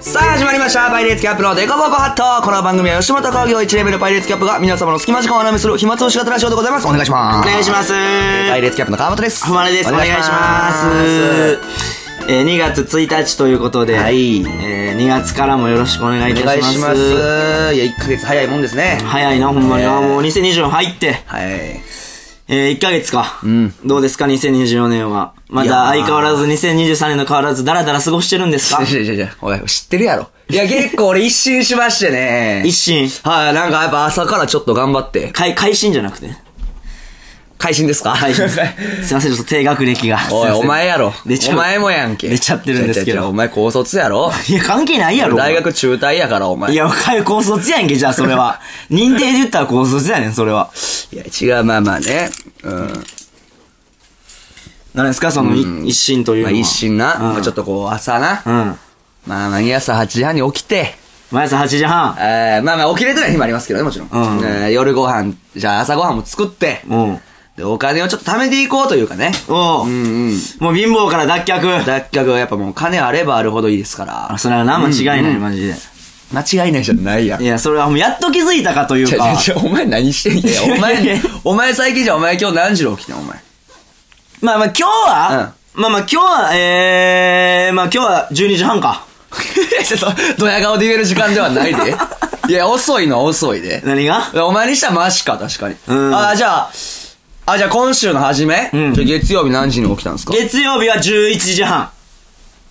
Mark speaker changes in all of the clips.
Speaker 1: したパイレーツキャップのデコボコハットこの番組は吉本興業1レベルパイレーツキャップが皆様の隙間時間をお悩みする暇つぶし型ラジオでございますお願いしま
Speaker 2: お
Speaker 1: す
Speaker 2: 願いします。
Speaker 1: パイレーツキャップの川本です
Speaker 2: 浜田です。お願いします。えー、2月1日ということで、
Speaker 1: はい
Speaker 2: えー、2月からもよろしくお願いい
Speaker 1: お
Speaker 2: たし
Speaker 1: 願
Speaker 2: ま
Speaker 1: い
Speaker 2: す。
Speaker 1: しますいや1ヶ月早いもんですね
Speaker 2: 早いな、ほんまにな。
Speaker 1: ね
Speaker 2: もう2024入って、
Speaker 1: はい
Speaker 2: えー、1ヶ月か。
Speaker 1: ん
Speaker 2: どうですか、2024年は。ま
Speaker 1: いや
Speaker 2: だ
Speaker 1: ー
Speaker 2: 相変わらず、2023年の変わらず、だらだら過ごしてるん ですか
Speaker 1: いやいやいやおい知ってるやろいや結構俺一新しましてね
Speaker 2: 一心。
Speaker 1: はいなんかやっぱ朝からちょっと頑張って
Speaker 2: かい、会心じゃなくて。
Speaker 1: 会心ですか
Speaker 2: 会心。すいません、ちょっと低学歴が。
Speaker 1: おい、お前やろ。
Speaker 2: 出ちゃう
Speaker 1: お前もやんけ。
Speaker 2: 出ちゃってるんですけど
Speaker 1: 違う違うお前高卒やろ。
Speaker 2: いや、関係ないやろ。
Speaker 1: 大学中退やから、お前。
Speaker 2: い
Speaker 1: いや、
Speaker 2: や、かい高卒やんけ、じゃあ、そ れは。認定で言ったら高卒やねん、それは。
Speaker 1: 違う、まあまあね。うん。
Speaker 2: 何ですか、その、い一心という
Speaker 1: ま
Speaker 2: の
Speaker 1: あ
Speaker 2: は。
Speaker 1: 一心な。
Speaker 2: うん
Speaker 1: まあちょっとこう、朝な。
Speaker 2: うん。
Speaker 1: まあ毎朝8時半に起きて、
Speaker 2: 毎朝8時半。
Speaker 1: えー、まあまあ起きれてない日もありますけどね、もちろん。
Speaker 2: うん
Speaker 1: えー夜ご飯、じゃあ朝ご飯も作って、
Speaker 2: うん。
Speaker 1: で、お金をちょっと貯めていこうというかね。
Speaker 2: おう、
Speaker 1: うんうん。
Speaker 2: もう貧乏から脱却。
Speaker 1: 脱却はやっぱもう金あればあるほどいいですから
Speaker 2: あ、。それはな、間違いない、マジで。
Speaker 1: 間違いないじゃないやん
Speaker 2: い。や、それはもうやっと気づいたかというか。
Speaker 1: ちょちょお前何してんねん。お
Speaker 2: いやい
Speaker 1: 前
Speaker 2: や、
Speaker 1: お前最近じゃんお前今日何時に起きてんお前。
Speaker 2: まあまあ今日は、まあまあ今日は、えー、まあ今日は12時半か。
Speaker 1: そうドヤ顔で言える時間ではないで。いや、遅いのは遅いで。
Speaker 2: 何が
Speaker 1: お前にしたらマシか、確かに。
Speaker 2: うん
Speaker 1: あ、じゃあ、あ、じゃあ今週の初め、
Speaker 2: うん
Speaker 1: じゃあ月曜日何時に起きたんですか
Speaker 2: 月曜日は11時半。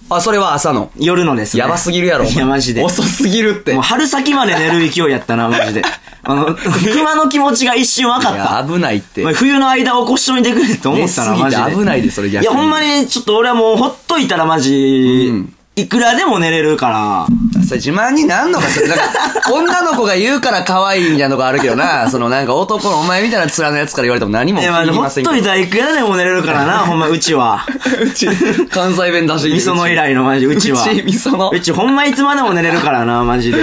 Speaker 1: あ、それは朝の。
Speaker 2: 夜のですね。
Speaker 1: やばすぎるやろ。お前
Speaker 2: いや、マジで。
Speaker 1: 遅すぎるって。
Speaker 2: もう春先まで寝る勢いやった な、マジで。あの、熊の気持ちが一瞬分か
Speaker 1: い
Speaker 2: った。
Speaker 1: や、危ないって
Speaker 2: お前。冬の間を腰にでくれって思ったな、
Speaker 1: 寝す
Speaker 2: マ
Speaker 1: ぎて
Speaker 2: ジで。
Speaker 1: 危ないでそれ逆に
Speaker 2: いや、ほんまに、ちょっと俺はもうほっといたらマジ、いくらでも寝れるから。
Speaker 1: それ自慢になんのか、それ。なんか、女の子が言うから可愛いみたいなのがあるけどな、そのなんか男のお前みたいな面のやつから言われても何も
Speaker 2: い
Speaker 1: 言
Speaker 2: や、
Speaker 1: い
Speaker 2: まあ、ほ
Speaker 1: ま
Speaker 2: っ
Speaker 1: せんけ
Speaker 2: と
Speaker 1: ど
Speaker 2: い。たらいくらでも寝れるか らな、ほんま、うちは。
Speaker 1: うち、 関西弁出してきて
Speaker 2: 味噌の以来のマジ、うちは。
Speaker 1: うち味噌の
Speaker 2: うちほんまいつまでも寝れるからな、マ ジで。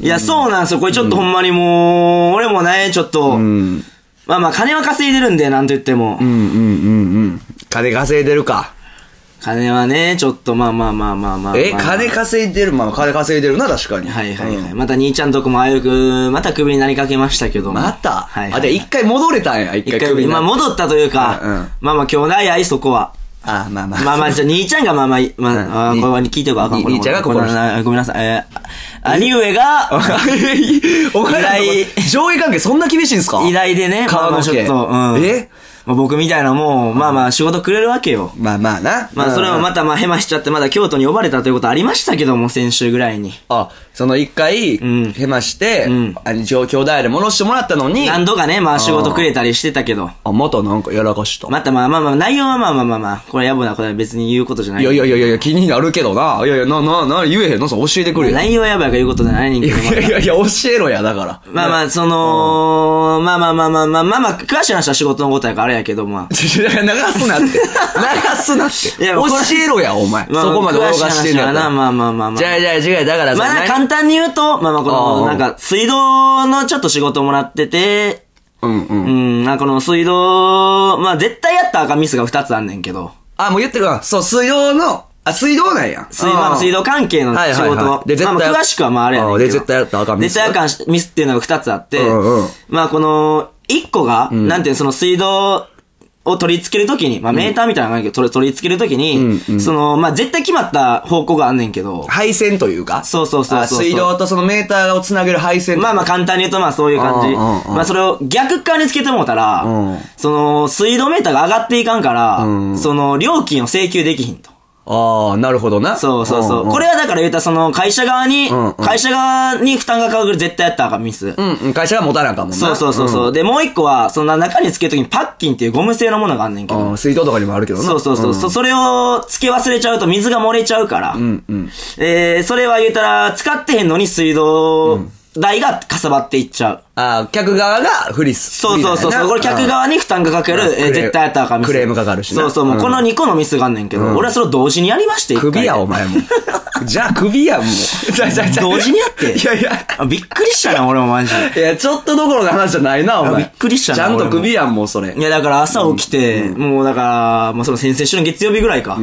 Speaker 2: いや、そうなんですよ。これちょっとほんまにもう、俺もね、ちょっと、
Speaker 1: うん。
Speaker 2: まあまあ、金は稼いでるんで、なんと言っても。
Speaker 1: うんうんうんうん。金稼いでるか。
Speaker 2: 金はね、ちょっとまあまあまあまあまあまあ。
Speaker 1: え、金稼いでる、まあ金稼いでるな、確かに。
Speaker 2: はいはいはい。
Speaker 1: うん
Speaker 2: また兄ちゃんとこも危うく、またクビになりかけましたけども。
Speaker 1: また、
Speaker 2: はい、はい。
Speaker 1: あ、じゃあ一回戻れたんや、一
Speaker 2: 一
Speaker 1: 回首
Speaker 2: 回、
Speaker 1: にな
Speaker 2: まあ戻ったというか、
Speaker 1: うんうん
Speaker 2: まあまあ兄弟愛そ こは。
Speaker 1: あ、まあまあ。
Speaker 2: まあまあ、じゃあ兄ちゃんがまあまあ、まあ、あ
Speaker 1: うん
Speaker 2: ーこれは聞いておくあかん
Speaker 1: に
Speaker 2: これ
Speaker 1: 兄ちゃんが心して
Speaker 2: れごめんなさい。えー兄 上が、
Speaker 1: お前ら
Speaker 2: 依
Speaker 1: と上下関係そんな厳しいんすか
Speaker 2: 依頼でね、まあ
Speaker 1: 川
Speaker 2: まあ
Speaker 1: 口
Speaker 2: ちょっ
Speaker 1: 家
Speaker 2: と、うん。
Speaker 1: え
Speaker 2: まあ僕みたいなもん、まあまあ仕事くれるわけよ。
Speaker 1: まあまあな。
Speaker 2: まあそれも
Speaker 1: ま
Speaker 2: またまあヘマしちゃって、まだ京都に呼ばれたということありましたけども、先週ぐらいに。
Speaker 1: あ、その一回、
Speaker 2: うん
Speaker 1: ヘマして、
Speaker 2: ん
Speaker 1: あの状況代で戻してもらったのに、
Speaker 2: 何度かね、まあ仕事くれたりしてたけど。
Speaker 1: あ、またなんかやらかした。
Speaker 2: またまあまあまあ、内容はまあまあまあまあ、これ野暮なことは別に言うことじゃないい。
Speaker 1: やいやいやいや、気になるけどな。いやいや、な、な、な、言えへんのさ、教えてくれよ。
Speaker 2: 内容はやばいから言うことじゃないねん
Speaker 1: い
Speaker 2: けど
Speaker 1: や。いやいや、教えろや、だから。
Speaker 2: まあまあ、その、まあまあまあまあまあまあまあ、詳しい話は仕事のことやからあれやけど、まあ。
Speaker 1: 流すなって。流すなって。
Speaker 2: いや
Speaker 1: 教
Speaker 2: これ
Speaker 1: えろや、お前。
Speaker 2: まあ
Speaker 1: そこまで
Speaker 2: 詳
Speaker 1: 泳
Speaker 2: しい
Speaker 1: がして
Speaker 2: 話
Speaker 1: んの
Speaker 2: は
Speaker 1: や
Speaker 2: な、まあまあまあまあ。
Speaker 1: じゃあじゃあじゃあ、だから
Speaker 2: ま
Speaker 1: その
Speaker 2: あ
Speaker 1: 何
Speaker 2: 簡単に言うと、まあまあこ
Speaker 1: あ
Speaker 2: の、
Speaker 1: あ
Speaker 2: なんか、水道のちょっと仕事もらってて、
Speaker 1: うんう。
Speaker 2: うんん、なんかこの水道、まあ絶対やったらあかんミスが2つあんねんけど、
Speaker 1: あ、もう言ってるわ。そう、水道の、あ、水道なんや。
Speaker 2: 水まあ水道関係の
Speaker 1: はい
Speaker 2: 仕
Speaker 1: はいはい
Speaker 2: 事
Speaker 1: で絶
Speaker 2: まあ
Speaker 1: 対
Speaker 2: まあ詳しくはまああれやねんけ
Speaker 1: あ
Speaker 2: ど。
Speaker 1: で絶対やったらあかんミス
Speaker 2: 絶対あかんミスっていうのが2つあって
Speaker 1: うんうん、
Speaker 2: まあこの、1個が、なんていうのその水道、を取り付けるときに、まあメーターみたいなのがあるけど、取り取り付けるときに、その、まあ絶対決まった方向があんねんけど、
Speaker 1: 配線というか。
Speaker 2: そうそうそう
Speaker 1: あ
Speaker 2: そう。
Speaker 1: 水道とそのメーターをつなげる配線。
Speaker 2: まあまあ簡単に言うとまあそういう感じ。
Speaker 1: うんうんうん
Speaker 2: まあそれを逆側につけてもうたら、
Speaker 1: うん
Speaker 2: その水道メーターが上がっていかんから、
Speaker 1: うん
Speaker 2: その料金を請求できひんと。
Speaker 1: ああ、なるほどな。
Speaker 2: そうそうそう。
Speaker 1: んん
Speaker 2: これはだから言うたらその会社側に、
Speaker 1: うんうん
Speaker 2: 会社側に負担がかかる絶対やったらあかんミス。
Speaker 1: うんうん、会社が持たなあかんもん
Speaker 2: そ
Speaker 1: な。
Speaker 2: うそうそうそう。で、もう一個は、その中につけるときにパッキンっていうゴム製のものがあんねんけ
Speaker 1: うん。
Speaker 2: ど。
Speaker 1: あー水道とかにもあるけどな。
Speaker 2: そうそうそう。そそれをつけ忘れちゃうと水が漏れちゃうから。
Speaker 1: うんうん。
Speaker 2: えー、それは言うたら、使ってへんのに水道代がかさばっていっちゃう。
Speaker 1: あー客側が不利っす。
Speaker 2: そうそうそうそう。これ客側に負担がかかる
Speaker 1: うん、
Speaker 2: えー絶対やったらあかんミス。
Speaker 1: クレームかかるしな
Speaker 2: そうそう、もううんこの2個のミスがあんねんけど、俺はそれを同時にやりまして、一回
Speaker 1: 首や、お。前 も。じゃあ首や、もう。じゃあじゃあじゃあ
Speaker 2: 同時にやって
Speaker 1: いやいや。
Speaker 2: あびっくりしたな、俺もマジで。
Speaker 1: いや、ちょっとどころの話じゃないな、お前。
Speaker 2: びっくりしたな
Speaker 1: ちゃんと
Speaker 2: 俺も
Speaker 1: 首やん、もうそれ。
Speaker 2: いや、だから朝起きて、もうだから、まあその先々週の月曜日ぐらいか。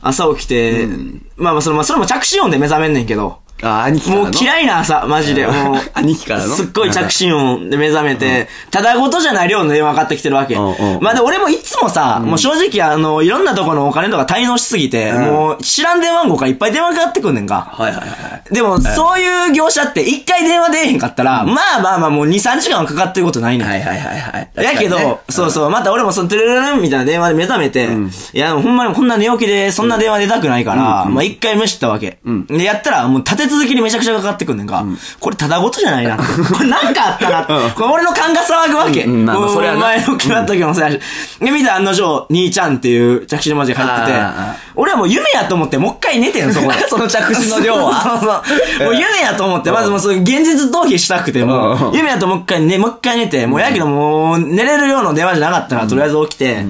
Speaker 2: 朝起きて、まあまあその、まあそれも着信音で目覚めんねんけど。
Speaker 1: あ、兄貴から
Speaker 2: も
Speaker 1: の。。
Speaker 2: う嫌いな朝、マジで。もう
Speaker 1: 兄貴からの
Speaker 2: すっごい着信音で目覚めて、ただごとじゃない量の電話かかってきてるわけ。
Speaker 1: うんうん
Speaker 2: まあで、俺もいつもさ、もう正直あの、いろんなとこのお金とか滞納しすぎて、もう知らん電話番号からいっぱい電話かかってくんねんか。
Speaker 1: はいはいはい。
Speaker 2: でも、そういう業者って一回電話出えへんかったら、まあまあまあもう2、3時間はかかってることないねん。
Speaker 1: はいはいはいはい。
Speaker 2: やけど、そうそう、また俺もその、トゥルルルンみたいな電話で目覚めて、いや、ほんまにこんな寝起きで、そんな電話出たくないから、まあ一回無視したわけ。で、やったら、もう立て続けにめちゃくちゃかかってくんねんか、これただごとじゃない なって。これなんかあったなって。これ俺の勘が騒ぐわけ。
Speaker 1: うんうんまあまあ
Speaker 2: もう
Speaker 1: それはな
Speaker 2: 前の決まった時もそうやし。で、見たら案の定、兄ちゃんっていう着信文字が入って
Speaker 1: あ
Speaker 2: て
Speaker 1: ーあ、。
Speaker 2: 俺はもう夢やと思って、もう一回寝てんそこ で
Speaker 1: その着信の量は
Speaker 2: そうそう。もう夢やと思って、まずもうその現実逃避したくて、
Speaker 1: うん
Speaker 2: も
Speaker 1: う
Speaker 2: う、
Speaker 1: ん
Speaker 2: 夢やともう一回ね、もう一回寝て、もうやけどもう寝れるような電話じゃなかったから、とりあえず起きて、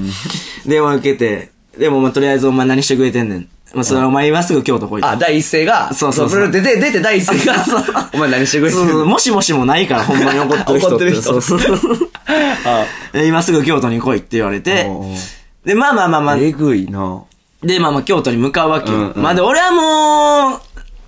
Speaker 2: 電話受けて、でもまあとりあえずお前何してくれてんねん。まあそれはお前今すぐ京都来いと。
Speaker 1: あ、第一声が、
Speaker 2: そうそうそう
Speaker 1: れで出て、出て第 一声が、お前何してくれて
Speaker 2: そう
Speaker 1: る
Speaker 2: そうもしもしもないから、ほんまに怒ってる人。
Speaker 1: 怒ってる人
Speaker 2: そう そうそう
Speaker 1: あ
Speaker 2: で今すぐ京都に来いって言われて
Speaker 1: おうおう、
Speaker 2: で、まあまあまあまあ、
Speaker 1: えぐいな
Speaker 2: で、まあまあ、京都に向かうわけよ。
Speaker 1: うんうん
Speaker 2: まあで、俺はも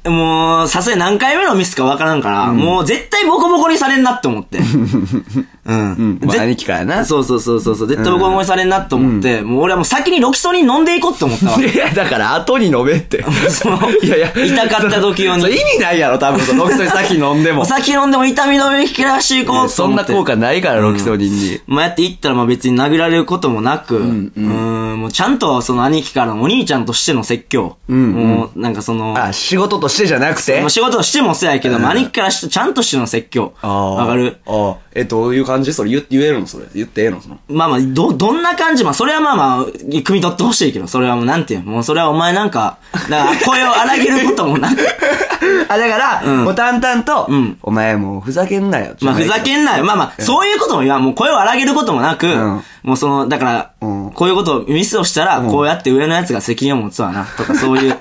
Speaker 2: う、もう、さすがに何回目のミスかわからんから、もう絶対ボコボコにされんなって思 って。うん。
Speaker 1: うん。まあ
Speaker 2: ぜ
Speaker 1: 兄貴からな。
Speaker 2: そうそうそうそうそう、絶対ボコボコにされんなって思って、もう俺はもう先にロキソニン飲ん でいこうって思ったわけ。
Speaker 1: いや、だから後に飲め って。
Speaker 2: その
Speaker 1: いやいや。
Speaker 2: 痛かった時用に
Speaker 1: それ意味ないやろ、多分。そのロキソニン先飲んで
Speaker 2: お
Speaker 1: も。
Speaker 2: 酒飲んでも痛み止め引き出していこうって
Speaker 1: そ
Speaker 2: 思
Speaker 1: ん
Speaker 2: っ
Speaker 1: な
Speaker 2: て。
Speaker 1: 効果ないから、ロキソニンに。
Speaker 2: まあやっていったらまあ別に殴られることもなく、うん、もうちゃんとその兄貴からのお兄ちゃんとしての説教。もうなんかその、
Speaker 1: あ、仕事としてじゃなくて
Speaker 2: まあ、仕事をしてもそうやけど、マニキからしてちゃんとしての説教。
Speaker 1: あー
Speaker 2: わかる
Speaker 1: ああ。え、どういう感じそれ言言えるのそれ。言ってええのその。
Speaker 2: まあまあ、ど、どんな感じまあ、それはまあまあ、汲み取ってほしいけど、それはもうなんていうのもうそれはお前なんか、だから声を荒げること もなく。
Speaker 1: あ、だから、もう淡々と、
Speaker 2: ん
Speaker 1: お前もうふざけんなよ。
Speaker 2: まあ、ふざけんなよ。まあまあ、そういうことも言わん。もう声を荒げることもなく、
Speaker 1: ん
Speaker 2: もうその、だから、
Speaker 1: うん
Speaker 2: こういうことをミスをしたら、こうやって上のやつが責任を持つわな、とか、そう いう、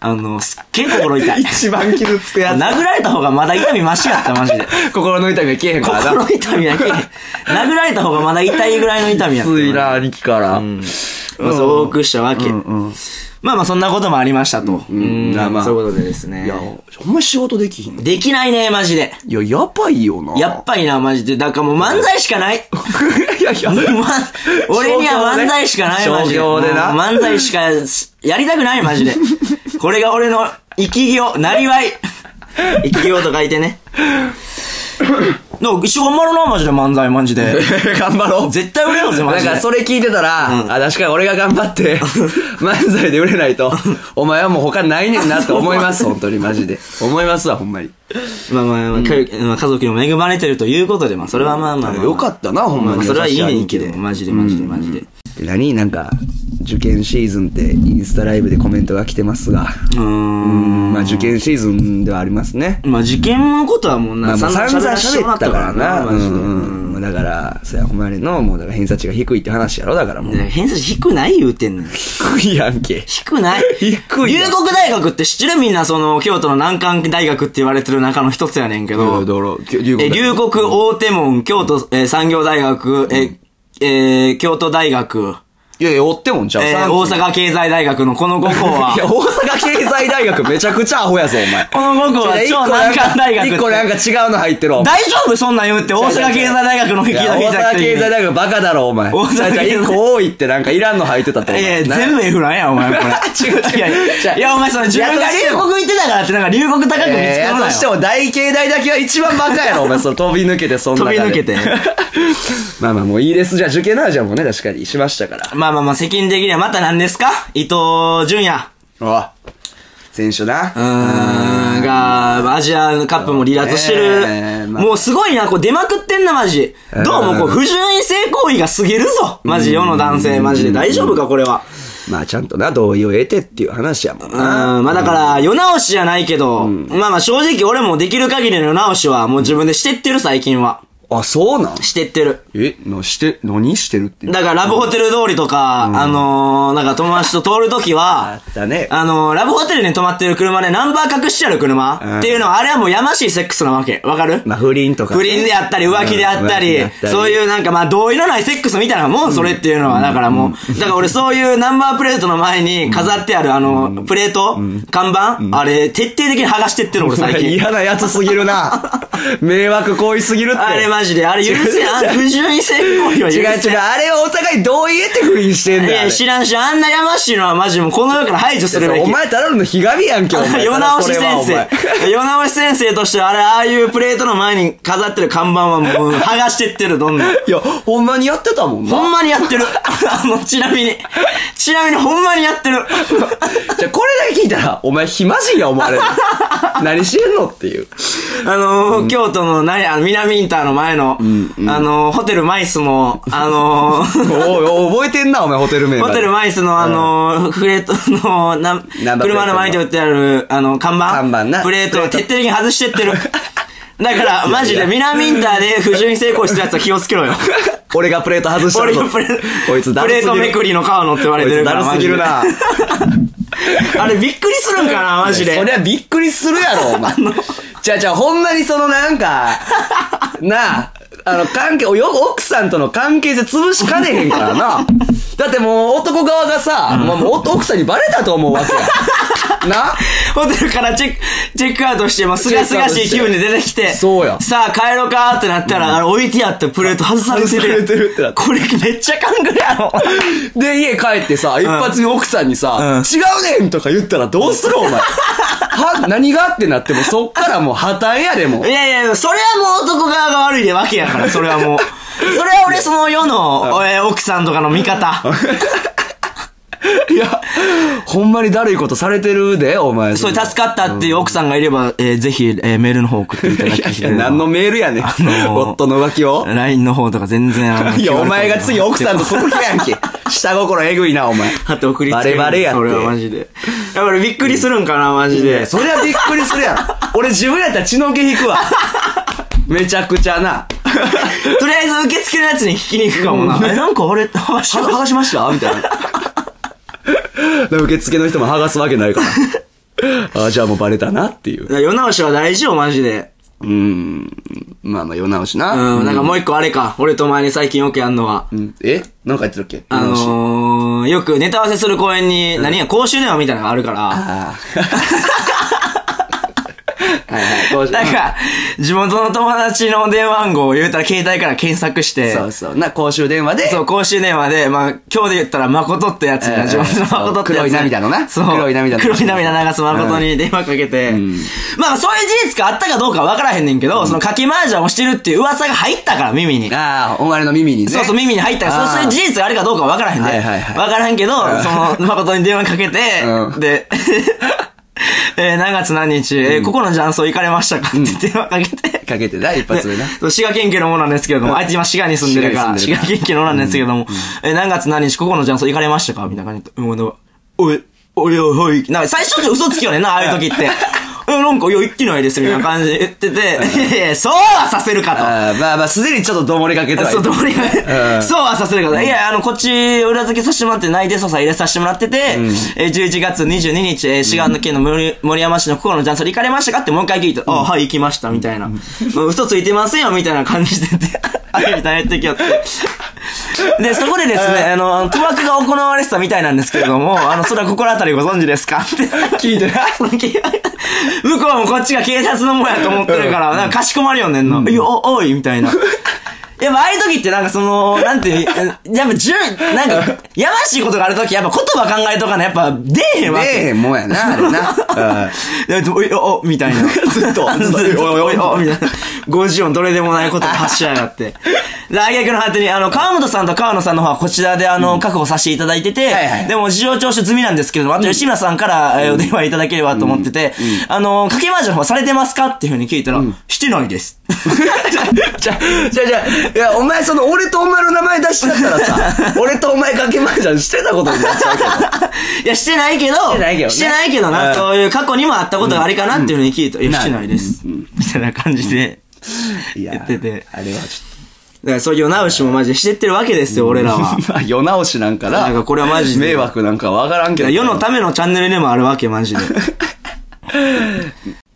Speaker 2: あの、すっげえ心痛い。
Speaker 1: 一番傷つくやつ。
Speaker 2: 殴られた方がまだ痛みマシやった、マジで。
Speaker 1: 心の痛みが消えへんからな。
Speaker 2: 心痛みだけ。殴られた方がまだ痛いぐらいの痛みやった。
Speaker 1: ついな、兄貴から。うん。
Speaker 2: まあ、そう多くしたわけ。
Speaker 1: うん。
Speaker 2: まあまあ、そんなこともありましたと。うんん
Speaker 1: まあまあ
Speaker 2: そういうことでです
Speaker 1: いや、
Speaker 2: ね。
Speaker 1: ほんま仕事できひんの
Speaker 2: できないね、マジで。
Speaker 1: いや、やばいよな。
Speaker 2: やっぱりな、マジで。だからもう漫才しかない。
Speaker 1: いやいや
Speaker 2: ま、俺には漫才しかない、マジで。
Speaker 1: 商業でな
Speaker 2: もう漫才しかやりたくない、マ ジで。これが俺の生き業、なりわい。生き業と書いてね。 なんか一緒頑張ろうな、マジで漫才、マジで。
Speaker 1: 頑張ろう。
Speaker 2: 絶対売れようぜ、マ
Speaker 1: だ
Speaker 2: ジで。
Speaker 1: からそれ聞いてたら、あ、確かに俺が頑張 って、漫才で売れないと、お前はもう他ないねんなって思います、 本当にマジで。思いますわ、ほんまに。
Speaker 2: まあまあまあ、かまあ家族にも恵まれてるということで、まあそれはまあまあまあまあ
Speaker 1: よかったな、ほんま
Speaker 2: まあ
Speaker 1: に。
Speaker 2: それはいいねんけ
Speaker 1: 優し兄
Speaker 2: ど、マジでマジでマジで。
Speaker 1: 貴で。何なんか、受験シーズンってインスタライブでコメントが来てますが、
Speaker 2: うーん。
Speaker 1: まあ受験シーズンではありますね。
Speaker 2: まあ、受験のことはもう
Speaker 1: ま
Speaker 2: な、
Speaker 1: あ、まあ散々
Speaker 2: し
Speaker 1: 喋ったからな。う
Speaker 2: マジで。
Speaker 1: んうん。だから、そや、ほんまにの、もうだから偏差値が低いって話やろ、だからもう。
Speaker 2: ね偏差値低ない言うてんのよ。
Speaker 1: 低いやんけ。
Speaker 2: 低ない。
Speaker 1: 低いやん
Speaker 2: 龍谷大学って知ってるみんな、その、京都の南関大学って言われてる中の一つやねんけど。
Speaker 1: 龍
Speaker 2: え、龍谷大手門、京都、えー産業大学、え、えー京都大学、
Speaker 1: いやいや、追ってもんちゃう。
Speaker 2: えー
Speaker 1: 三
Speaker 2: 大阪経済大学のこの5 校
Speaker 1: いや、
Speaker 2: は、
Speaker 1: 大阪経済大学めちゃくちゃアホやぞ、お前。
Speaker 2: この5校は超南関大学って
Speaker 1: 一個なんか違うの入ってる。お前
Speaker 2: 大丈夫そんなん言うって、大阪経済大学の引き
Speaker 1: い
Speaker 2: 出し
Speaker 1: や大阪経済
Speaker 2: 大
Speaker 1: 大学バカだろ、お前。
Speaker 2: 大阪経済
Speaker 1: じゃあ一個多いってなんかいらんの入ってたと思う。
Speaker 2: いやいや、
Speaker 1: な
Speaker 2: 全部エフランや、お前、 これ。
Speaker 1: 違う違う
Speaker 2: いやいや、いやお前、その、自分が
Speaker 1: いや
Speaker 2: 留国行ってたからって、なんか、留国高く見
Speaker 1: い
Speaker 2: つけ
Speaker 1: やい
Speaker 2: る
Speaker 1: や
Speaker 2: な
Speaker 1: として
Speaker 2: よ。
Speaker 1: も大経大だけは一番バカやろ、お前。その飛び抜けて、そんな。
Speaker 2: 飛び抜けて。
Speaker 1: まあまあ、もういいです。じゃあ受験の話はもうね、確かにしましたから。
Speaker 2: まあまあまあ、責任的にはまた何ですか伊藤純也。
Speaker 1: あ選手な。
Speaker 2: うーん、が、アジアカップも離脱して
Speaker 1: え
Speaker 2: る。
Speaker 1: ーまあ
Speaker 2: もうすごいな、こう出まくってんな、マジ。どうも、こう、不純異性行為が過ぎるぞ。マジ、世の男性、マジで。大丈夫か、これは。
Speaker 1: まあ、ちゃんとな、同意を得てっていう話やもん
Speaker 2: う
Speaker 1: な。
Speaker 2: ん、まあだから、世直しじゃないけど、まあまあ正直俺もできる限りの世直しはもう自分でしてってる最近は。
Speaker 1: あ、そうなん
Speaker 2: してってる。
Speaker 1: え、のして、何してるっていう。
Speaker 2: だから、ラブホテル通りとか、あのー、なんか友達と通るときは
Speaker 1: あ、ったね
Speaker 2: あのー、ラブホテルに泊まってる車でナンバー隠してある車、
Speaker 1: うん
Speaker 2: っていうのは、あれはもうやましいセックスなわけ。わかる
Speaker 1: まあ、不倫とか。
Speaker 2: 不倫であったり、浮気であったり
Speaker 1: うん浮気であっ、たり
Speaker 2: そういうなんかまあ同意のないセックスみたいなもん、それっていうのは、だからもう、だから俺そういうナンバープレートの前に飾ってあるあの、プレート看板あれ、徹底的に剥がしてってるの俺最近。
Speaker 1: 嫌なやつすぎる な。迷惑行為すぎるって。
Speaker 2: あれマジで、あれ許 せん、あれ不純意性行為は許
Speaker 1: 違う
Speaker 2: せん。
Speaker 1: 違う、あれはお互い同意得て不倫してん
Speaker 2: い
Speaker 1: だよあ
Speaker 2: や、
Speaker 1: れ。
Speaker 2: 知らんし、あんなやましいのはマジもうこの世から排除するべき。
Speaker 1: お前ただのひがみやんけ、お前。
Speaker 2: 世直し先
Speaker 1: それは
Speaker 2: 生。世直し先生として、あれ、ああいうプレートの前に飾ってる看板はもう、剥がしてってる、どんどん。
Speaker 1: お前いや、ほんまにやってたもん な。
Speaker 2: ほんまにやってる。あの、ちなみに。ちなみにほんまにやってる。
Speaker 1: じゃあこれだけ聞いたら、お前暇人や思われる。 何してんのっていう。
Speaker 2: あのー京都の、なに、あの、南インターの前の、あのーホテルマイスも、あ のー
Speaker 1: おいおい覚えてんな、お前ホテル名ま
Speaker 2: ホ
Speaker 1: で
Speaker 2: テルマイスのあのー、フレートの、
Speaker 1: ナ
Speaker 2: な
Speaker 1: ンバープレート、の
Speaker 2: 車の前に置いてある、あの、看板。
Speaker 1: 看板な
Speaker 2: プレート
Speaker 1: プレ
Speaker 2: を
Speaker 1: ート
Speaker 2: 徹底的に外してっ てる。だから、マジで、南インターで不純成功してる奴は気をつけろよ。
Speaker 1: 俺がプレート外した
Speaker 2: 俺
Speaker 1: の
Speaker 2: がプレ
Speaker 1: こいつだ
Speaker 2: プ
Speaker 1: るす
Speaker 2: レ
Speaker 1: ぎ
Speaker 2: ー
Speaker 1: る
Speaker 2: トめくりの川のって言われ
Speaker 1: こい
Speaker 2: て
Speaker 1: つ
Speaker 2: る
Speaker 1: だ
Speaker 2: から。
Speaker 1: るすぎるな。
Speaker 2: マジで。あれ、びっくりするんかな、マジで。
Speaker 1: そりゃびっくりするやろ、お前。 じゃあじゃあほんまにそのなんか、なあ、あの、関係、よ、奥さんとの関係性潰しかねへんからな。だってもう男側がさ、もうもう奥さんにバレたと思うわ けや。な
Speaker 2: ホテルからチェック、チェックアウトして、まあ、すがすがしい気分で出てきて、
Speaker 1: そうや
Speaker 2: さあ、帰ろうかーってなったら、あの、置いてやったプレート外されてる。
Speaker 1: 外されてるってなって
Speaker 2: これめっちゃ勘ぐるやろ。
Speaker 1: で、家帰ってさ、一発に奥さんにさ、違うねんとか言ったらどうするお前。は、何がってなっても、そっからもう破綻やでもう。
Speaker 2: いやいや、それはもう男側が悪いでわけやから、それは もう。それは俺その世の、えー奥さんとかの味方。
Speaker 1: いや、ほんまにだるいことされてるで、お前。
Speaker 2: それ助かったっていう奥さんがいれば、えーぜひ、えーメールの方送っていただきた
Speaker 1: いやいや、 何のメールやねん。
Speaker 2: のー
Speaker 1: 夫の浮気を。
Speaker 2: ?LINE の方とか全然あの
Speaker 1: いや、お前が
Speaker 2: QR コード
Speaker 1: 次奥さんとその日やん け。下心えぐいな、お前。
Speaker 2: 貼って送りつ
Speaker 1: バ
Speaker 2: ける
Speaker 1: レバレやって
Speaker 2: それはマジで。やっぱりびっくりするんかな、マジ
Speaker 1: いや
Speaker 2: で。
Speaker 1: そりゃびっくりするやろ。俺自分やったら血の毛引 くわ。めちゃくちゃな。
Speaker 2: とりあえず受付のやつに聞きに行くかもな。え、なんか 俺、話し
Speaker 1: は剥がしましたみたいな。受付の人も剥がすわけない から。あじゃあもうバレたなっていう。
Speaker 2: 世直しは大事よ、マジで。
Speaker 1: うーん。まあまあ、世直しな。
Speaker 2: うん、なんかもう一個あれか。俺とお前に最近よくやんのは。
Speaker 1: うんえなんか言ってたっけ
Speaker 2: あ
Speaker 1: 世直し
Speaker 2: のー、よくネタ合わせする公演に、何や、公衆電話みたいなのがあるから。
Speaker 1: あ あ。はいはい、どうし
Speaker 2: なんか、地元の友達の電話番号を言うたら携帯から検索して、
Speaker 1: そうそう。な、公衆電話で、
Speaker 2: そう、公衆電話で、まあ、今日で言ったら、誠ってやつ
Speaker 1: ええ
Speaker 2: が、地元の誠って
Speaker 1: そ
Speaker 2: やつに。
Speaker 1: う黒い涙のな
Speaker 2: そう。
Speaker 1: 黒い涙の
Speaker 2: 黒い涙流す誠に電話かけて。まあ、そういう事実があったかどうかは分からへんねんけど、その、かき麻雀をしてるっていう噂が入ったから、耳に。
Speaker 1: ああ、お前の耳にね。
Speaker 2: そうそう、耳に入ったから、
Speaker 1: あー
Speaker 2: そうそういう事実があるかどうかは分からへんで。
Speaker 1: はいはいはい
Speaker 2: 分からへんけど、その、誠に電話かけて
Speaker 1: う、ん
Speaker 2: で、 えー、何月何日、えー、ここの雀荘行かれましたかって電話かけて。
Speaker 1: かけてな、一発 でな。
Speaker 2: そう 滋賀県警のものなんですけれども、あいつ今滋賀に住んでるから、
Speaker 1: 滋
Speaker 2: 滋
Speaker 1: 賀
Speaker 2: 賀県警のものなんですけれども、え、何月何日、ここのジャンソ行かれましたかみたいな感じで、うん、でもおい、おいおいおい、なんか最初って嘘つきよね んな、ああいう時って。うん、なんか、いや、行ってないです、みたいな感じで言ってて、いやいや、そうはさせるかと。
Speaker 1: ああ、まあまあ、すでにちょっとどもれかけてはい
Speaker 2: そう、
Speaker 1: る
Speaker 2: どうにか
Speaker 1: う
Speaker 2: ね
Speaker 1: ん
Speaker 2: そうはさせるから、いや、あの、こっち、裏付けさせてもらって、内定捜査入れさせてもらってて、えー、11月22日、えー、滋賀の県の森森山市の心のジャンソリ行かれましたかってもう一回聞いて、あ、はい、行きました、みたいな。まあ嘘ついてませんよ、みたいな感じで て、あれみたいな言ってきよって。で、そこでですね、あの、あの賭博が行われてたみたいなんですけれども、 あの、それは心当たりご存知ですかって。
Speaker 1: 聞いてな。
Speaker 2: その警 向こうもこっちが警察のもんやと思ってるから、なんかかしこまりよんねんの。いや、お、おい、みたいな。やっぱああいう時ってなんかその、なんていう、やっぱじゅん、なんか、やましいことがある時、やっぱ言葉考えとかな、やっぱ出えへんわけ。
Speaker 1: ねえ、もうやな、あれ な。うん
Speaker 2: でおいお、お、みたいな。
Speaker 1: ずっと
Speaker 2: あの
Speaker 1: ずっと
Speaker 2: ずっと
Speaker 1: おいおいおい
Speaker 2: みたいな。50音どれでもないことで発しやがって。で、挙句の果てに、あの、川本さんと川野さんの方はこちらで、あの、確保させていただいてて
Speaker 1: はいはい、
Speaker 2: でも事情聴取済みなんですけれども、あと吉村さんからえーお電話いただければと思ってて、あの、掛け麻雀の方はされてますかっていうふうに聞いたら、してないです。
Speaker 1: じゃ、じゃ、じゃ、いや、お前その、俺とお前の名前出しちゃったらさ、 俺とお前かけまじゃんしてたことになっちゃうけど。
Speaker 2: いや、してないけど、
Speaker 1: てないけどね
Speaker 2: してないけど
Speaker 1: う
Speaker 2: な、
Speaker 1: ん
Speaker 2: そういう過去にもあったことがありかなっていうふうに聞いたら、いや、してないです。みたいな感じで。
Speaker 1: いや
Speaker 2: 言ってて
Speaker 1: あれはち
Speaker 2: だからそういう世直しもマジでしてってるわけですよ、俺らは
Speaker 1: ょっ。 と。まあ、世直しなんかな。
Speaker 2: なんかこれはマジで
Speaker 1: 迷惑なんかわからんけど。
Speaker 2: 世のためのチャンネルでもあるわけ、マジで。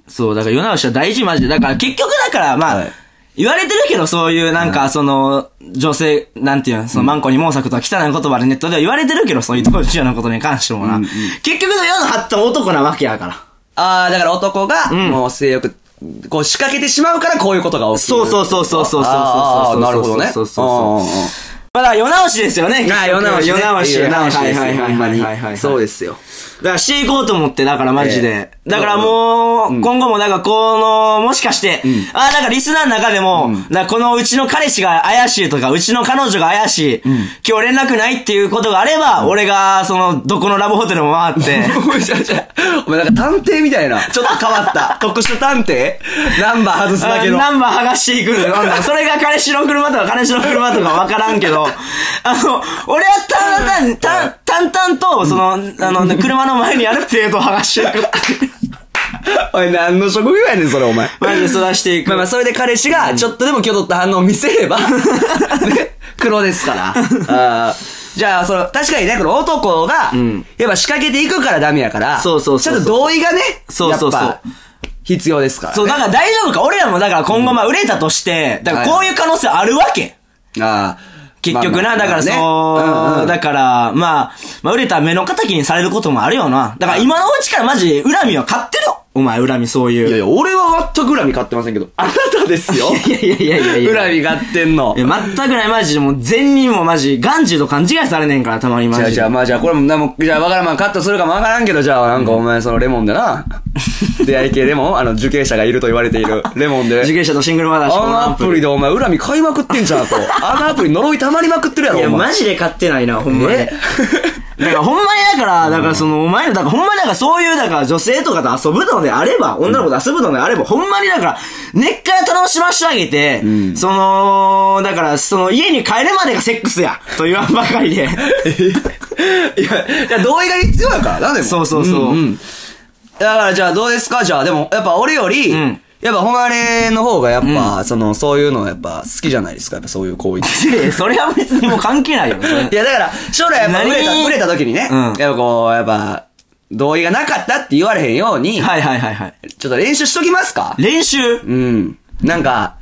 Speaker 2: そう、だから世直しは大事、マジで。だから結局だから、まあ、
Speaker 1: はい
Speaker 2: 言われてるけど、そういう、なんか、その、女性、なんていうの、その、マンコに毛作とは汚い言葉でネットでは言われてるけど、そういう年上のことに関してもな。結局の世の発展男なわけやから。
Speaker 1: ああ、だから男が、
Speaker 2: ん
Speaker 1: もう性欲、こう仕掛けてしまうからこういうことが起きる。
Speaker 2: そうそうそうそうそうそうそうそう
Speaker 1: あーなるほどね。
Speaker 2: そうそうそう
Speaker 1: うんうんうん
Speaker 2: まあだから世直しですよね。
Speaker 1: ああ、世直しね。
Speaker 2: 世直し。
Speaker 1: 世直しですよ。
Speaker 2: はいはい
Speaker 1: ほんま
Speaker 2: はい
Speaker 1: に
Speaker 2: はいはい。
Speaker 1: そうですよ。
Speaker 2: だからしていこうと思って、だからマジで。
Speaker 1: ええ
Speaker 2: だからもう、今後も、だからこの、もしかして、ああ、だからリスナーの中でも、だからこのうちの彼氏が怪しいとか、うちの彼女が怪しい、今日連絡ないっていうことがあれば、俺が、その、どこのラブホテルも回って、
Speaker 1: おいちゃうちゃうお前なんか探偵みたいな。ちょっと変わった。特殊探偵ナンバー外すだけの。
Speaker 2: ナンバー剥がしていくのよなんだ それが彼氏の車とか彼氏の車とかわからんけど、あの、俺はたんたん、たん、たんと、その、あの、車の前にある程度剥がしていく。
Speaker 1: おい、何の職業やねん、それ、お前。
Speaker 2: マジで育していく。
Speaker 1: まあまあ、それで彼氏が、ちょっとでも今日取った反応を見せれば、ね、黒ですから。あーじゃあ、その、確かにね、この男が、やっぱ仕掛けていくからダメやから、
Speaker 2: そうそうそうそ
Speaker 1: ちょ
Speaker 2: う
Speaker 1: っと同意がね、
Speaker 2: そうそうそう
Speaker 1: やっぱ必要ですから、ね。
Speaker 2: そう、だから大丈夫か。俺らもだから今後まあ売れたとして、だからこういう可能性あるわけ。
Speaker 1: あー
Speaker 2: 結局
Speaker 1: ま
Speaker 2: な、
Speaker 1: あまあ
Speaker 2: だからそ
Speaker 1: うんう
Speaker 2: の、
Speaker 1: ん
Speaker 2: だから、まあ、まあ売れた目の敵にされることもあるよな。だから今のうちからマジ恨みを買ってろ。お前恨みそういう。
Speaker 1: いやいや、俺は全く恨み買ってませんけど、あなたですよ。
Speaker 2: いやいやいやいやいや
Speaker 1: 恨み買ってんの
Speaker 2: い。や、全くない、マジで。もう、善人もマジ、眼中と勘違いされねえんから、たまにマ
Speaker 1: じゃあ、
Speaker 2: ジ
Speaker 1: じ
Speaker 2: で。
Speaker 1: ゃあ、まあ、じゃあ、これも、なもうじゃあ、わからん、まあ、カットするかもわからんけど、じゃあ、なんか、お前、その、レモンで な、出会い系レモンあの、受刑者がいると言われている、レモンで。
Speaker 2: 受刑者とシングルマザー
Speaker 1: あ
Speaker 2: し
Speaker 1: の
Speaker 2: か
Speaker 1: アプリでお前恨み買いまくってんじゃんと。あのアプリ呪い溜まりまくってるや
Speaker 2: いや、
Speaker 1: ろ、お前。
Speaker 2: マジで買ってないな、ほんまに。だ
Speaker 1: え
Speaker 2: から、ほんまに だから、だからその、お前ら、だからほんまにだからそういう、だから女性とかと遊ぶのであれば、女の子と遊ぶのであれば、ほんまにだから、根っから楽しましてあげて、その、だから、その、家に帰るまでがセックスや、と言わんばか りで。
Speaker 1: いや、いや同意が必要やからな、でも。
Speaker 2: そうそうそう。
Speaker 1: んんだから、じゃあ、どうですかじゃあ、でも、やっぱ俺より、
Speaker 2: うん
Speaker 1: やっぱ、誉れの方が、やっぱ、その、そういうの、やっぱ、好きじゃないですか、やっぱ、そういう行為って。
Speaker 2: いやいやそれは別にもう関係ないよ。それ
Speaker 1: いや、だから、将来やっぱ
Speaker 2: 何
Speaker 1: 売れた、売れた時にね、
Speaker 2: うん
Speaker 1: やっぱこう、やっぱ、同意がなかったって言われへんように、
Speaker 2: はいはいはいはい。
Speaker 1: ちょっと練習しときますか
Speaker 2: 練
Speaker 1: う
Speaker 2: 習
Speaker 1: ん。なんか、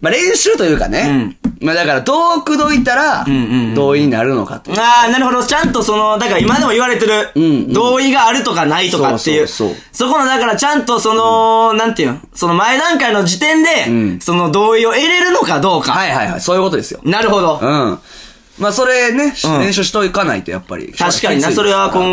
Speaker 1: まあ、練習というかね、まあ、だから、どう口説いたら
Speaker 2: んうんうん、
Speaker 1: 同意になるのかと。
Speaker 2: ああ、なるほど。ちゃんとその、だから今でも言われてる、
Speaker 1: んうん
Speaker 2: 同意があるとかないとかっていう。
Speaker 1: そうそう
Speaker 2: そこの、だからちゃんとその、なんていうのその前段階の時点で、
Speaker 1: ん
Speaker 2: その同意を得れるのかどうか。
Speaker 1: はいはいはい、そういうことですよ。
Speaker 2: なるほど
Speaker 1: うん。。まあ、それね、し
Speaker 2: うん
Speaker 1: 練習しといかないと、やっぱり。
Speaker 2: 確かにな、
Speaker 1: きついです
Speaker 2: それは今
Speaker 1: う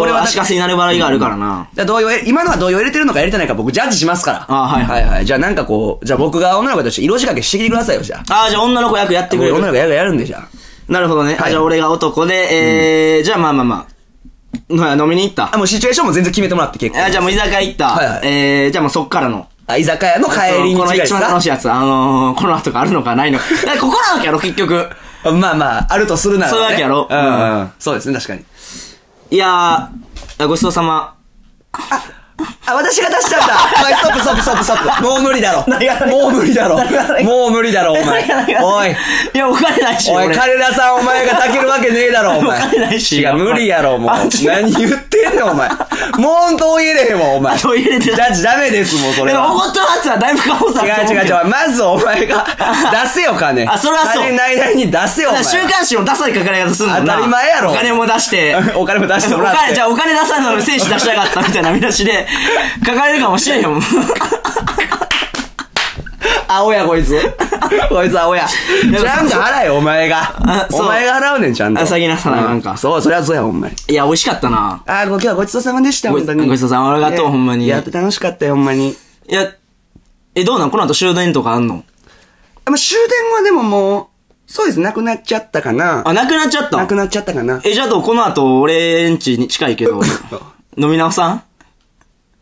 Speaker 1: んこれは
Speaker 2: 足かせになる場合があるからな。
Speaker 1: だから同意を得今のは同意を入れてるのか入れてないか僕ジャッジしますから。
Speaker 2: あはい
Speaker 1: はいはい。じゃあなんかこう、じゃあ僕が女の子として色仕掛けしてきてくださいよ、じゃあ。
Speaker 2: ああ、じゃあ女の子役やってくれ
Speaker 1: 僕女の
Speaker 2: る。
Speaker 1: 子やるやるんで、じゃあ。
Speaker 2: なるほどね。あ
Speaker 1: はい
Speaker 2: じゃあ俺が男で、えー、じゃあまあまあまあ。ほら、飲みに行った
Speaker 1: あ、。もうシチュエーションも全然決めてもらって結構。
Speaker 2: あじゃあもう居酒屋行った。
Speaker 1: はいはい
Speaker 2: えー、じゃあもうそっからの。
Speaker 1: あ、居酒屋の帰りに
Speaker 2: この
Speaker 1: 近い
Speaker 2: 一番楽しい
Speaker 1: い。
Speaker 2: やつ、あのー、この後があるのかないのか。だからここなわけやろ、結局。
Speaker 1: まあまあ、あるとするなら、ね。
Speaker 2: そういうわけやろ
Speaker 1: うん、うん。そうですね、確かに。
Speaker 2: いやー、ごちそうさま。
Speaker 1: あ、私が出 しちゃった。はい、ストップストップストップストップ。もう無理だろ
Speaker 2: 何が。
Speaker 1: もう無理だろ
Speaker 2: 何が何。が
Speaker 1: もう無理だろ、お前。 おい。
Speaker 2: いや、お金ないし、
Speaker 1: おい、
Speaker 2: 俺
Speaker 1: 彼らさんお前が炊けるわけねえだろ、お前。
Speaker 2: お金ないし
Speaker 1: 違う、無理やろ、もう
Speaker 2: あ違。う
Speaker 1: 何言ってんの、お前。もうどう入れへんわ、お前。
Speaker 2: 後入れて
Speaker 1: ジ
Speaker 2: る
Speaker 1: ャッジダメです、もうそれ
Speaker 2: でも、お
Speaker 1: は。
Speaker 2: ごったやつはだいぶ顔さ
Speaker 1: 違う違う違う。まずお前が、出せよ、金。
Speaker 2: あそれはそう
Speaker 1: 金ないないに出せよ、お前。
Speaker 2: 週 刊誌のダサい書かれ方するんだな。
Speaker 1: 当たり前やろ
Speaker 2: お金も出して。
Speaker 1: お金も出して
Speaker 2: お
Speaker 1: もらって。
Speaker 2: 金、じゃあお金出さんのに選手出したかったみたいな見出し で、書かれるかもしれんよ、もう。
Speaker 1: 青やこいつ。こいつ青や。ちゃんと払えよ、お前
Speaker 2: あ
Speaker 1: が。
Speaker 2: そう
Speaker 1: お前が払うねん、ちゃんと。
Speaker 2: あ先なさなあかんか
Speaker 1: うそう、そりゃそうや、ほんまに。
Speaker 2: いや、美味しかったな。
Speaker 1: あー、ご今日はごちそうさまでした、
Speaker 2: ご
Speaker 1: ほんとに。
Speaker 2: ごちそうさまありがとう
Speaker 1: ね
Speaker 2: ほんまに
Speaker 1: やって楽しかったよ、ほんまに。
Speaker 2: いや、え、どうなんこの後終電とかあんの
Speaker 1: あまあ、終電はでももう、そうです、なくなっちゃったかな。
Speaker 2: あ、なくなっちゃった
Speaker 1: なくなっちゃったかな。
Speaker 2: え、じゃあどうこの後、俺んちに近い けど、飲み直さん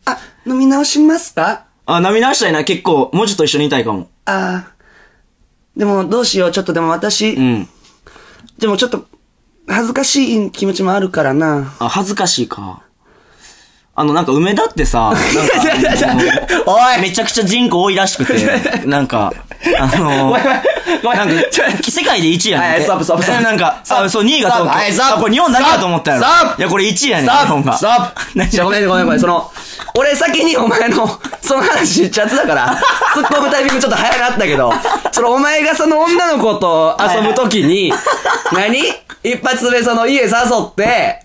Speaker 1: あ、飲み直しますか
Speaker 2: あ、飲み直したいな、結構、もうちょっと一緒にいたいかも。
Speaker 1: あーでも、どうしよう、ちょっとでも私、
Speaker 2: うん。
Speaker 1: でもちょっと、恥ずかしい気持ちもあるからな。
Speaker 2: あ、恥ずかしいか。あの、なんか梅田っ てさ、なんか
Speaker 1: おい
Speaker 2: めちゃくちゃ人口多いらしくて、なんか、あの
Speaker 1: ごめんごめん
Speaker 2: なんか、
Speaker 1: ちょ
Speaker 2: 世界で1位やねん
Speaker 1: は
Speaker 2: て。
Speaker 1: いストップストップストップ
Speaker 2: なんか、
Speaker 1: ストップ
Speaker 2: あそう、2位が東京。
Speaker 1: はいストップ
Speaker 2: あこれ日本だけだと思ったやろ。
Speaker 1: ストップ
Speaker 2: いや、これ1位やね
Speaker 1: ス
Speaker 2: ん、
Speaker 1: ト
Speaker 2: 日
Speaker 1: ッ
Speaker 2: 本
Speaker 1: プ
Speaker 2: が。
Speaker 1: ストップじゃあごめんごめんごめん、その、俺先にお前の、その話言っちゃってた から、突っ込むタイミングちょっと早かったけど、そのお前がその女の子と遊ぶときに、何一発目その家誘って、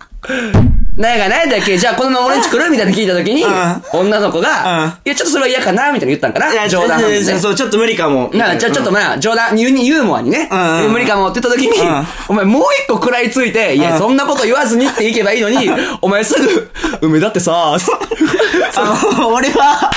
Speaker 1: なんか何だっけじゃあこのまま俺んち来るみたいな聞いたときに、
Speaker 2: う
Speaker 1: 女の子
Speaker 2: うん
Speaker 1: が、いやちょっとそれは嫌かなみたいな言ったんか
Speaker 2: いや
Speaker 1: な冗談半分でね
Speaker 2: そうそう、ちょっと無理かも。
Speaker 1: なあ、じゃあちょっとまあ、冗談、ユニユーモアにね、
Speaker 2: うんうんうん
Speaker 1: 無理かもって言った時に、
Speaker 2: うん
Speaker 1: お前もう一個食らいついて、いや、
Speaker 2: うん
Speaker 1: そんなこと言わずにっていけばいいのに、お前すぐ、梅だって さ、
Speaker 2: あの、俺は、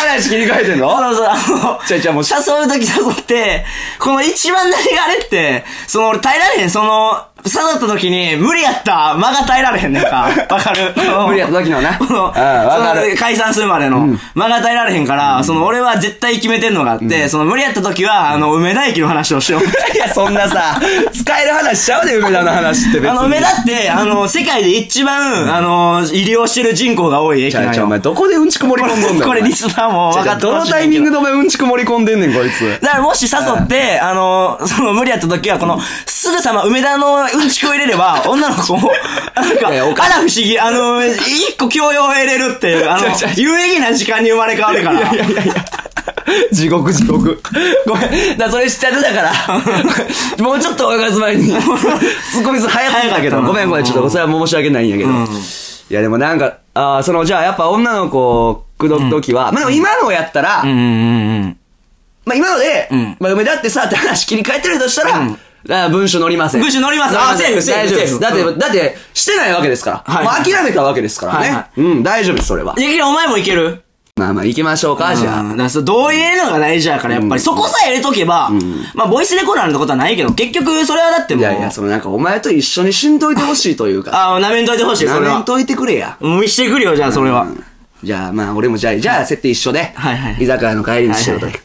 Speaker 1: 話切り替えてんの
Speaker 2: そうそう、あの、
Speaker 1: ちゃいちゃいもう
Speaker 2: 誘うとき誘って、この一番何があれって、その俺耐えられへん、その、誘ったときに、無理やった、間が耐えられへんねんか。わかる
Speaker 1: 無理やった時のな
Speaker 2: こ
Speaker 1: うん
Speaker 2: の
Speaker 1: わかる
Speaker 2: その解散するまでの、間が耐えられへんから、その俺は絶対決めてんのがあって、その無理やったときは、あの、梅田駅の話をしよう。
Speaker 1: いや、そんな さ、使える話しちゃうで、梅田の話って別に。
Speaker 2: あの、梅田って、あの、世界で一番、あの、医療してる人口が多い駅
Speaker 1: ちゃ
Speaker 2: な
Speaker 1: う
Speaker 2: の
Speaker 1: ちゃうお前
Speaker 2: よ。
Speaker 1: どこでうんちく盛り込んどんの
Speaker 2: これリスナーも分かって
Speaker 1: ど
Speaker 2: ほ
Speaker 1: の
Speaker 2: しい
Speaker 1: タイミングでお前うんちく盛り込んでんねん、こいつ。
Speaker 2: だからもし誘って、あの、その無理やった時は、この、すぐさま梅田のうんちくを入れれ ば、女の子も、なんか、あ
Speaker 1: いやお
Speaker 2: ら
Speaker 1: か
Speaker 2: 不思議、あの、一個教養を得れるっていう、あの
Speaker 1: 違う違、
Speaker 2: 有意義な時間に生まれ変わるから。
Speaker 1: いやいやいや。地獄地獄。ごめん。だ、それ知っちゃってたから。 もうちょっと泳がす前に。ツッコミす早かったけ
Speaker 2: 早かった
Speaker 1: ど。
Speaker 2: な
Speaker 1: ごめんごめん。ちょっと、それは申し訳ないんやけど。いや、でもなんか、あーその、じゃあやっぱ女の子を口説くときは、まあでも今のやったら、
Speaker 2: うんうんうん。
Speaker 1: まあ今ので、
Speaker 2: ん
Speaker 1: まあ梅だってさ、って話切り替えてるとしたら、あー文章乗りません。
Speaker 2: 文章乗りませんあーセーフセ
Speaker 1: 大
Speaker 2: ーフ
Speaker 1: 丈夫で
Speaker 2: セー
Speaker 1: す
Speaker 2: フ
Speaker 1: だって、
Speaker 2: う
Speaker 1: だって、してないわけですから。
Speaker 2: はいはい
Speaker 1: もう諦めたわけですからね。
Speaker 2: はいは
Speaker 1: うん、大丈夫です、それは。
Speaker 2: できるお前もいける
Speaker 1: まあまあ、行きましょうか、じゃあ。
Speaker 2: あ。そうどういうのが大事やから、やっぱり、そこさえ入れとけば、まあ、ボイスレコーダーなんてことはないけど、結局、それはだって
Speaker 1: い
Speaker 2: もう、
Speaker 1: やいや、そのなんかお前と一緒にしんどいてほしいというか。
Speaker 2: あ、舐めんといてほしい、そ
Speaker 1: や
Speaker 2: れ
Speaker 1: めん
Speaker 2: は。
Speaker 1: といてくれや。
Speaker 2: もうしてくるよ、じゃあ、それは。
Speaker 1: じゃあ、まあ、俺もじゃあ、じゃあ、設定一緒で。
Speaker 2: はいはい
Speaker 1: 居酒屋の帰りにしてると
Speaker 2: はい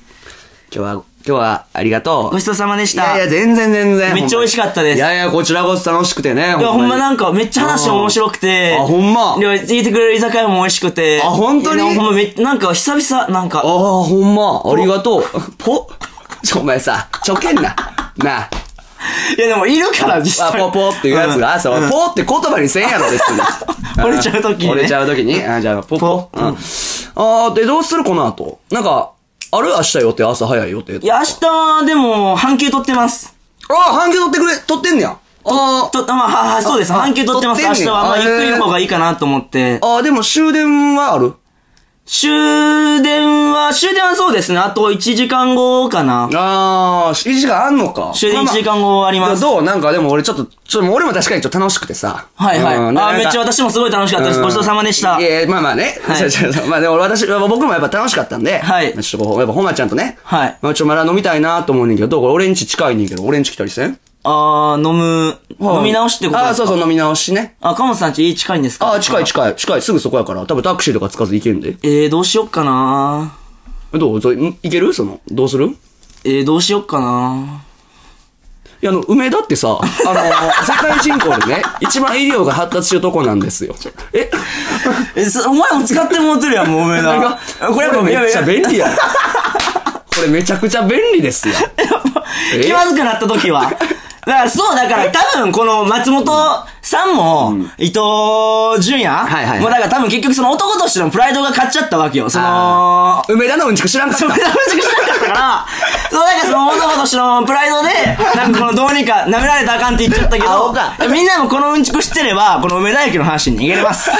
Speaker 1: 今日は、今日は、ありがとう。
Speaker 2: ごちそうさまでした。
Speaker 1: いやいや、全然全然。
Speaker 2: めっちゃ美味しかったです
Speaker 1: いやいや、こちらこそ楽しくてね。
Speaker 2: いや、ほんまなんんか、めっちゃ話面白くて。
Speaker 1: あほんま
Speaker 2: いや、言ってくれる居酒屋も美味しくて。
Speaker 1: あほんとに
Speaker 2: いやほんまめっ、なんか、久々、なん
Speaker 1: あ
Speaker 2: か、
Speaker 1: あ、ほんま。ありがとう。ぽちょ、 お前さ、ちょけんな。なあ。
Speaker 2: いや、でも、いるから、実
Speaker 1: あ、
Speaker 2: 際。。
Speaker 1: ぽぽっていうやつが、あ、そう、ぽって言葉にせんやろ、別に
Speaker 2: 折れちゃう時にね
Speaker 1: 折れちゃう時に。あ、じゃあ、ぽぽ。うん。あー、で、どうするこの後。なんか、ある明日予定、朝早い予定とか。
Speaker 2: いや、明日、でも、半休取ってます。
Speaker 1: ああ、半球取ってくれ、取ってんねや。あ
Speaker 2: と、まあ、ははそうです。
Speaker 1: あ
Speaker 2: 半休取ってます。
Speaker 1: 取
Speaker 2: 明
Speaker 1: ってん
Speaker 2: 日
Speaker 1: ねん
Speaker 2: は、まあ、
Speaker 1: あ
Speaker 2: ゆ
Speaker 1: れ
Speaker 2: っくりの方がいいかなと思って
Speaker 1: あ。。ああ、でも終電はある
Speaker 2: 終電は、終電はそうですね。あと1時間後かな。
Speaker 1: ああ、1時間あんのか。
Speaker 2: 終電1時間後あります。
Speaker 1: どうなんかでも俺ちょっと、ちょっともう俺も確かにちょっと楽しくてさ。
Speaker 2: はいはい。
Speaker 1: うん
Speaker 2: あ、めっちゃ
Speaker 1: 楽
Speaker 2: 私もすごい楽しかったです。ごちそうさまでした
Speaker 1: い。やいやまあまあね。
Speaker 2: はい
Speaker 1: そうそうそうまあでも私、僕もやっぱ楽しかったんで。
Speaker 2: はい
Speaker 1: ちょっとこう、やっぱほまちゃんとね。
Speaker 2: はい
Speaker 1: まあちょ、まだ飲みたいなと思うねんけど、どうこれ俺んち近いねんけど、俺んち来たりせん
Speaker 2: あー、飲む、飲み直しってことですか
Speaker 1: ああ、そうそう、飲み直しね。
Speaker 2: あ、かもさんち家近いんですか
Speaker 1: ああ、近い近い、近い、すぐそこやから。多分タクシーとか使わず行けんで。
Speaker 2: えー、どうしよっかな
Speaker 1: どうそれん行けるその、どうする
Speaker 2: えー、どうしよっかない
Speaker 1: や、あの、梅田って さ、あの世界人口でね、一番医療が発達してるとこなんですよ。え
Speaker 2: え、そお前も使ってもうてるやん、もう梅
Speaker 1: なん
Speaker 2: 田
Speaker 1: か。
Speaker 2: これ
Speaker 1: これめっちゃ
Speaker 2: やばい
Speaker 1: 便利やん。これめちゃくちゃ便利ですよ。え
Speaker 2: 気まずくなった時は。 だから、そう、だから、多分、この松本さんも、伊藤淳也
Speaker 1: いはい
Speaker 2: もうだから多分結局その男としてのプライドが勝っちゃったわけよ。その、
Speaker 1: 梅田のうんちく知らんかった。
Speaker 2: めちゃくちゃなかったから、そう、なんかその男としてのプライドで、なんかこのどうにか舐められたらあかんって言っちゃったけ
Speaker 1: 青か
Speaker 2: ど、みんなもこのうんちく知ってれば、この梅田駅の話に逃げれます。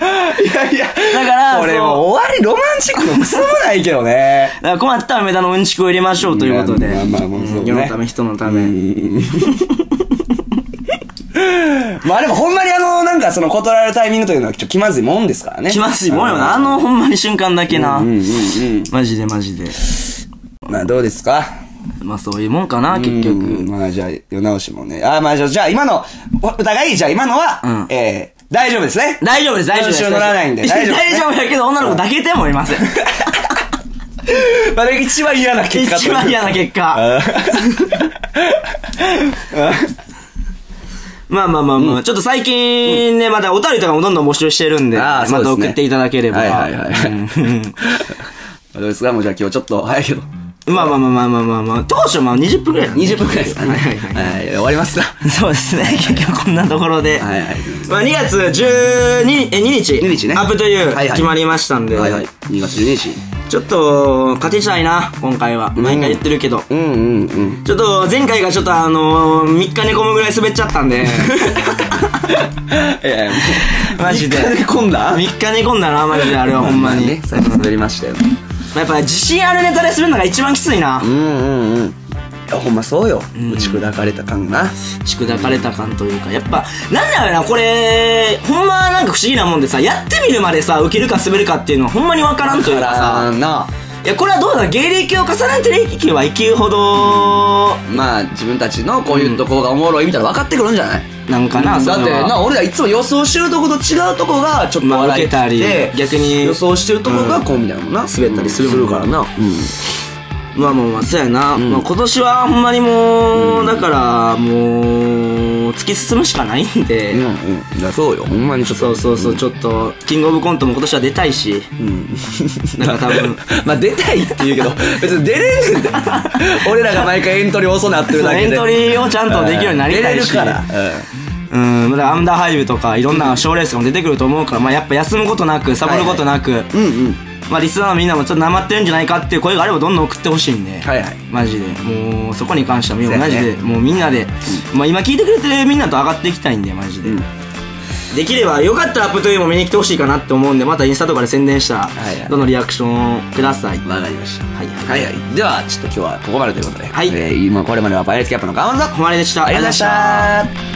Speaker 1: いやいや、
Speaker 2: だから
Speaker 1: これ
Speaker 2: そう
Speaker 1: もう終わりロマンチックのくそもないけどね。
Speaker 2: だから困ったら梅田のうんちくを入れましょうということで。
Speaker 1: いやまあまあまあそうね
Speaker 2: 世のため人のため。
Speaker 1: まあでもほんまにあの、なんかその断られるタイミングというのはちょっと気まずいもんですからね。
Speaker 2: 気まずいもんよな。あのほんまに瞬間だけな
Speaker 1: うん。うんうん。
Speaker 2: マジでマジで。
Speaker 1: まあどうですか
Speaker 2: まあそういうもんかな、結
Speaker 1: う
Speaker 2: 局。
Speaker 1: んまあじゃあ、世直しもね。あまあじゃあ、じゃあ今の、おお互い、じゃあ今のは、
Speaker 2: うん
Speaker 1: えー、大丈夫ですね。
Speaker 2: 大丈夫です、大丈夫です。
Speaker 1: 今週乗らないんで大
Speaker 2: 大丈
Speaker 1: 丈
Speaker 2: 夫。
Speaker 1: 夫ですね
Speaker 2: やけど女の子だけでもいません。
Speaker 1: まあ一番嫌な結果とい
Speaker 2: 一
Speaker 1: う
Speaker 2: 番嫌な結果。まあまあまあまあ、ちょっと最近ね、まだお便りとかもどんどん募集してるんで、
Speaker 1: あ
Speaker 2: ま
Speaker 1: あそう
Speaker 2: た
Speaker 1: ですね
Speaker 2: 送っていただければ。
Speaker 1: はいはいはいはい
Speaker 2: うん
Speaker 1: どうですかもうじゃあ今日ちょっと早いけど。
Speaker 2: まあまあまあまあまあまあまあ、当初まあ20分くらいだね
Speaker 1: 20分くらいですかね。
Speaker 2: はいはいはい
Speaker 1: はい、終わりますか。
Speaker 2: そうですね。結局こんなところで。
Speaker 1: はいはい
Speaker 2: まあ2月12日、え2日、
Speaker 1: 2日ね
Speaker 2: アップという
Speaker 1: はいはい
Speaker 2: 決まりましたんで、
Speaker 1: はいはい。2月12日。
Speaker 2: ちょっと勝てしたいな、今回は。毎回言ってるけど。
Speaker 1: うんうんうん。
Speaker 2: ちょっと前回がちょっとあのー、3日寝込むぐらい滑っちゃったんで、
Speaker 1: ええ、もう
Speaker 2: マジで
Speaker 1: 三日込んだ
Speaker 2: 3日寝込んだな、マジであれはほんまに。
Speaker 1: ね、最後滑りましたよ。
Speaker 2: やっぱ自信あるネタで滑るのが一番きついな
Speaker 1: う。んうんうん。いや、ほんまそうよ。打ち砕かれた感がな。
Speaker 2: ち砕かれた感というか、やっぱ、なんだろうな、これ、ほんまなんか不思議なもんでさ、やってみるまでさ、受けるか滑るかっていうのはほんまにわからんというか
Speaker 1: あ
Speaker 2: さ、
Speaker 1: ーな。
Speaker 2: いや、これはどうだ、芸歴を重ねていけばいけるほど、
Speaker 1: まあ、自分たちのこういうとこがおもろいみたいなの分かってくるんじゃない
Speaker 2: なんかな、それ
Speaker 1: だ
Speaker 2: は
Speaker 1: ってな、俺らいつも予想してるとこと違うとこがちょっと
Speaker 2: まあ
Speaker 1: 笑え
Speaker 2: 受けたり
Speaker 1: て
Speaker 2: 逆に
Speaker 1: 予想してるとこがこうみたいなもんな、滑ったりするもん
Speaker 2: するから
Speaker 1: な、
Speaker 2: まあまあまあ、そうやな。
Speaker 1: ん
Speaker 2: まあ今年はほんまにもう、だから、もう、突き進むしかないんで、
Speaker 1: うんうんいやそうよほんまにちょっ
Speaker 2: そ
Speaker 1: と
Speaker 2: うそうそう、ちょっと、キングオブコントも今年は出たいし、なん か多分、
Speaker 1: まあ出たいって言うけど別に出れ るんだ俺らが毎回エントリー遅なってるだけで
Speaker 2: エントリーをちゃんとできるようになりたいし、
Speaker 1: 出れるから、
Speaker 2: うん、まだアンダーハイブとかいろんな賞レースも出てくると思うから、まあやっぱ休むことなく、サボることなく、
Speaker 1: うん、うんうん
Speaker 2: まあリスナーのみんなもちょっとなまってるんじゃないかっていう声があればどんどん送ってほしいんで、
Speaker 1: はいはい
Speaker 2: マジで、もうそこに関してはもう
Speaker 1: そうや
Speaker 2: マ
Speaker 1: ね
Speaker 2: ジで、もうみんなで、まあ今聞いてくれてるみんなと上がっていきたいんで、マジで。
Speaker 1: ん
Speaker 2: できればよかったらアップというのも見に来てほしいかなって思うんでまたインスタとかで宣伝したら
Speaker 1: はいはい
Speaker 2: どのリアクションをください、
Speaker 1: わかりました
Speaker 2: はいはい
Speaker 1: はいはいではちょっと今日はここまでということで、
Speaker 2: はい
Speaker 1: えー今これまではバイアスキャップの川村さん
Speaker 2: 誉れでした
Speaker 1: ありがとうございました